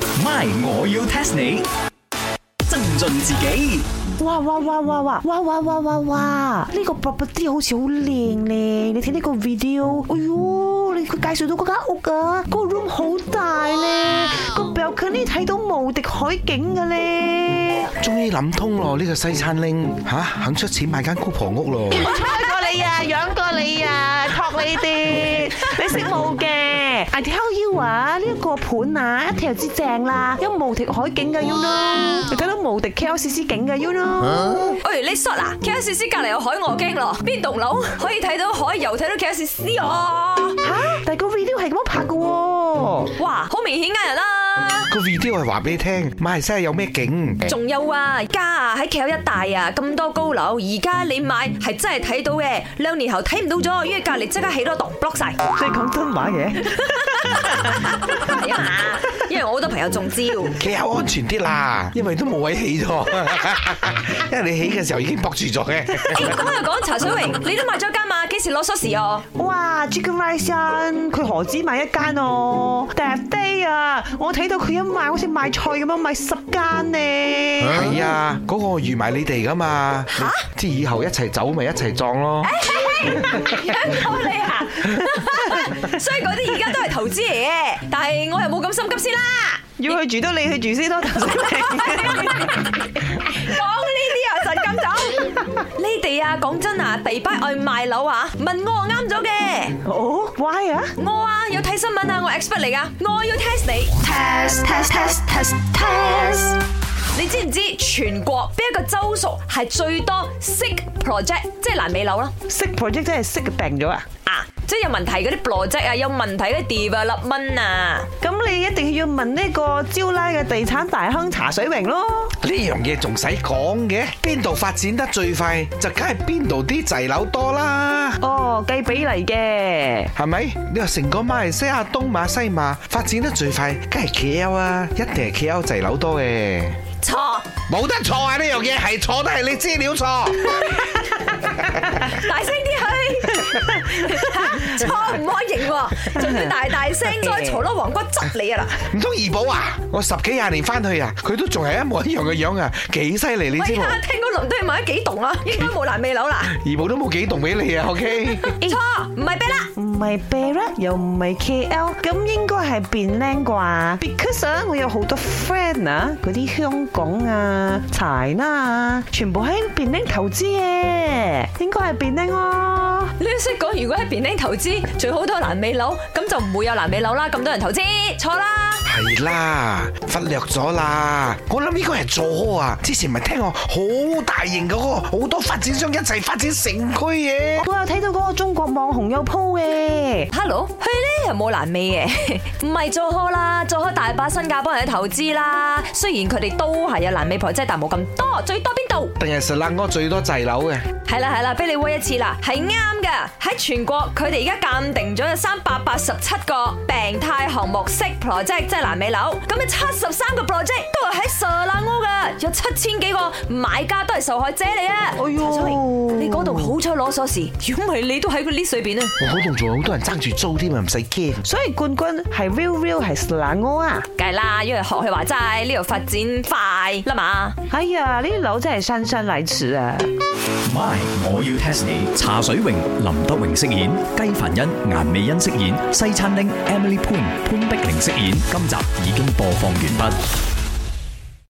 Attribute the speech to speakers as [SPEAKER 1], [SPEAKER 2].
[SPEAKER 1] My，我要 test 你。增進自己，
[SPEAKER 2] 哇哇哇哇哇哇哇哇哇哇！呢個 property 好似好靚咧，你睇呢個 video，哎喲，你佢介紹到嗰間屋啊，個 room 好大咧，個 balcony 睇到無敵海景嘅咧。
[SPEAKER 3] 終於諗通咯，呢個西餐拎吓肯出錢買間姑婆屋咯。
[SPEAKER 2] 吹過你啊，養過你啊，托你啲，你識冇嘅。I tell you 啊，呢一個盤啊，一睇就知正啦，有無敵海景嘅 you know，你睇到無敵 KLCC 景嘅 you know。
[SPEAKER 4] 喂，你 shot 啊？KLCC 隔離有海鵝驚咯，邊棟樓可以睇到海，又睇到 KLCC 啊？
[SPEAKER 2] 吓，但係個 video 係咁樣拍嘅喎。
[SPEAKER 4] 哇，好明顯呃人啦！
[SPEAKER 3] 個 video 係話俾你聽，馬來西亞有咩景？
[SPEAKER 4] 仲有啊，而家啊喺 KL 一帶啊咁多高樓，而家你買係真係睇到嘅，兩年後睇唔到咗，因為隔離即刻起多棟 block 晒。
[SPEAKER 2] 即係講真話嘅，
[SPEAKER 4] 係啊嘛，因為我好多朋友中招。
[SPEAKER 3] 企口安全啲啦，因為都冇位起咗， 因為你起嘅時候已經駁住咗嘅。
[SPEAKER 4] 誒，咁又講茶水榮，你都買咗間嘛？幾時攞鎖匙啊？
[SPEAKER 2] 哇！Chicken Rice 啊佢何止買一間哦？Death Day 啊，我睇到佢一賣好似賣菜咁樣賣十間呢。
[SPEAKER 3] 係啊，嗰個預埋你哋噶嘛，即係以後一齊走咪一齊撞咯。
[SPEAKER 4] 養過你啊！所以嗰啲而家都係投資嚟嘅，但係我又冇咁心急先啦。
[SPEAKER 2] 要去住都你去住先咯，頭先
[SPEAKER 4] 講呢啲啊，神咁走。你哋啊，講真啊，迪拜愛賣樓啊，問我啊啱咗嘅。
[SPEAKER 2] 哦，why 啊？
[SPEAKER 4] 我啊有睇新聞啊，我 expert 嚟噶，我要 test 你。
[SPEAKER 5] test test test test test
[SPEAKER 4] 你知唔知全國邊一個州屬係最多 sick project，即係爛尾樓啦？
[SPEAKER 2] 識 project 真係識病咗啊！
[SPEAKER 4] 啊，即係有問題嗰啲 project 啊，有問題嘅 development 啊。
[SPEAKER 2] 咁你一定要問呢個招拉嘅地產大亨茶水榮咯。
[SPEAKER 3] 呢樣嘢仲使講嘅？邊度發展得最快，就梗係邊度啲滯樓多啦，
[SPEAKER 2] 哦，計比例嘅。
[SPEAKER 3] 係咪？你話成個馬來西亞東馬西馬發展得最快，梗係 KL 啊，一定係 KL 滯樓多嘅。
[SPEAKER 4] 錯，
[SPEAKER 3] 冇得錯啊！呢樣嘢係錯都係你資料錯。
[SPEAKER 4] 大聲啲去。 嚇錯唔可以認喎，仲要大大聲，再嘈咯，黃骨執你啊啦！
[SPEAKER 3] 唔通怡寶啊？我十幾廿年翻去啊，佢都仲係一模一樣嘅樣啊，幾犀利你
[SPEAKER 4] 喂，
[SPEAKER 3] 知冇？
[SPEAKER 4] 聽講倫敦買咗幾棟啦，應該冇爛尾樓啦。
[SPEAKER 3] 怡寶都冇幾棟俾你啊，OK？
[SPEAKER 4] 錯，唔係俾啦。
[SPEAKER 2] 唔係 Barra 又唔係 KL，咁應該係 Penang 啩？Because 啊我有好多 friend 啊，嗰啲香港啊、柴啦啊，全部喺 Penang 投資嘅，應該係 Penang 咯。
[SPEAKER 4] 你都識講，如果喺 Penang 投資，最好都係爛尾樓，咁就唔會有爛尾樓啦。咁多人投資，錯啦。
[SPEAKER 3] 係啦，忽略咗啦。我諗呢個係做啊，之前咪聽我好大型嗰個，好多發展商一齊發展城區嘅。
[SPEAKER 2] 我有睇到嗰個中國網紅有 po 嘅，
[SPEAKER 4] Hello，去咧又冇爛尾嘅，唔 係做開啦，做開大把新加坡人去投資啦。雖然佢哋都係有爛尾 project，但冇咁多，最多邊度？
[SPEAKER 3] 定係實冷哥最多滯樓嘅，
[SPEAKER 4] 係啦係啦，俾你威一次啦，係啱噶。喺全國，佢哋而家鑑定咗有三百八十七個病態項目式 project，即係爛尾樓。咁有七十三個 project 都係喺蛇蘭屋噶，有七千幾個買家都係受害者嚟啊！
[SPEAKER 2] 哎呦
[SPEAKER 4] 查出嚟你嗰度好彩攞鎖匙，如果唔係你都喺個 list 裏邊啊！
[SPEAKER 3] 我嗰度仲有好多人爭住租添啊，唔使驚。
[SPEAKER 2] 所以冠軍係 Real Real 係 Selangor 啊！
[SPEAKER 4] 梗係啦，因為學佢話齋，呢度發展快啦嘛。
[SPEAKER 2] 哎呀，呢啲樓真係姍姍來遲啊！
[SPEAKER 1] My，我要 test 你。茶水榮、林德榮飾演，雞凡欣、顏美欣飾演，西餐廳 Emily Poon 潘碧玲飾演。今集已經播放完畢。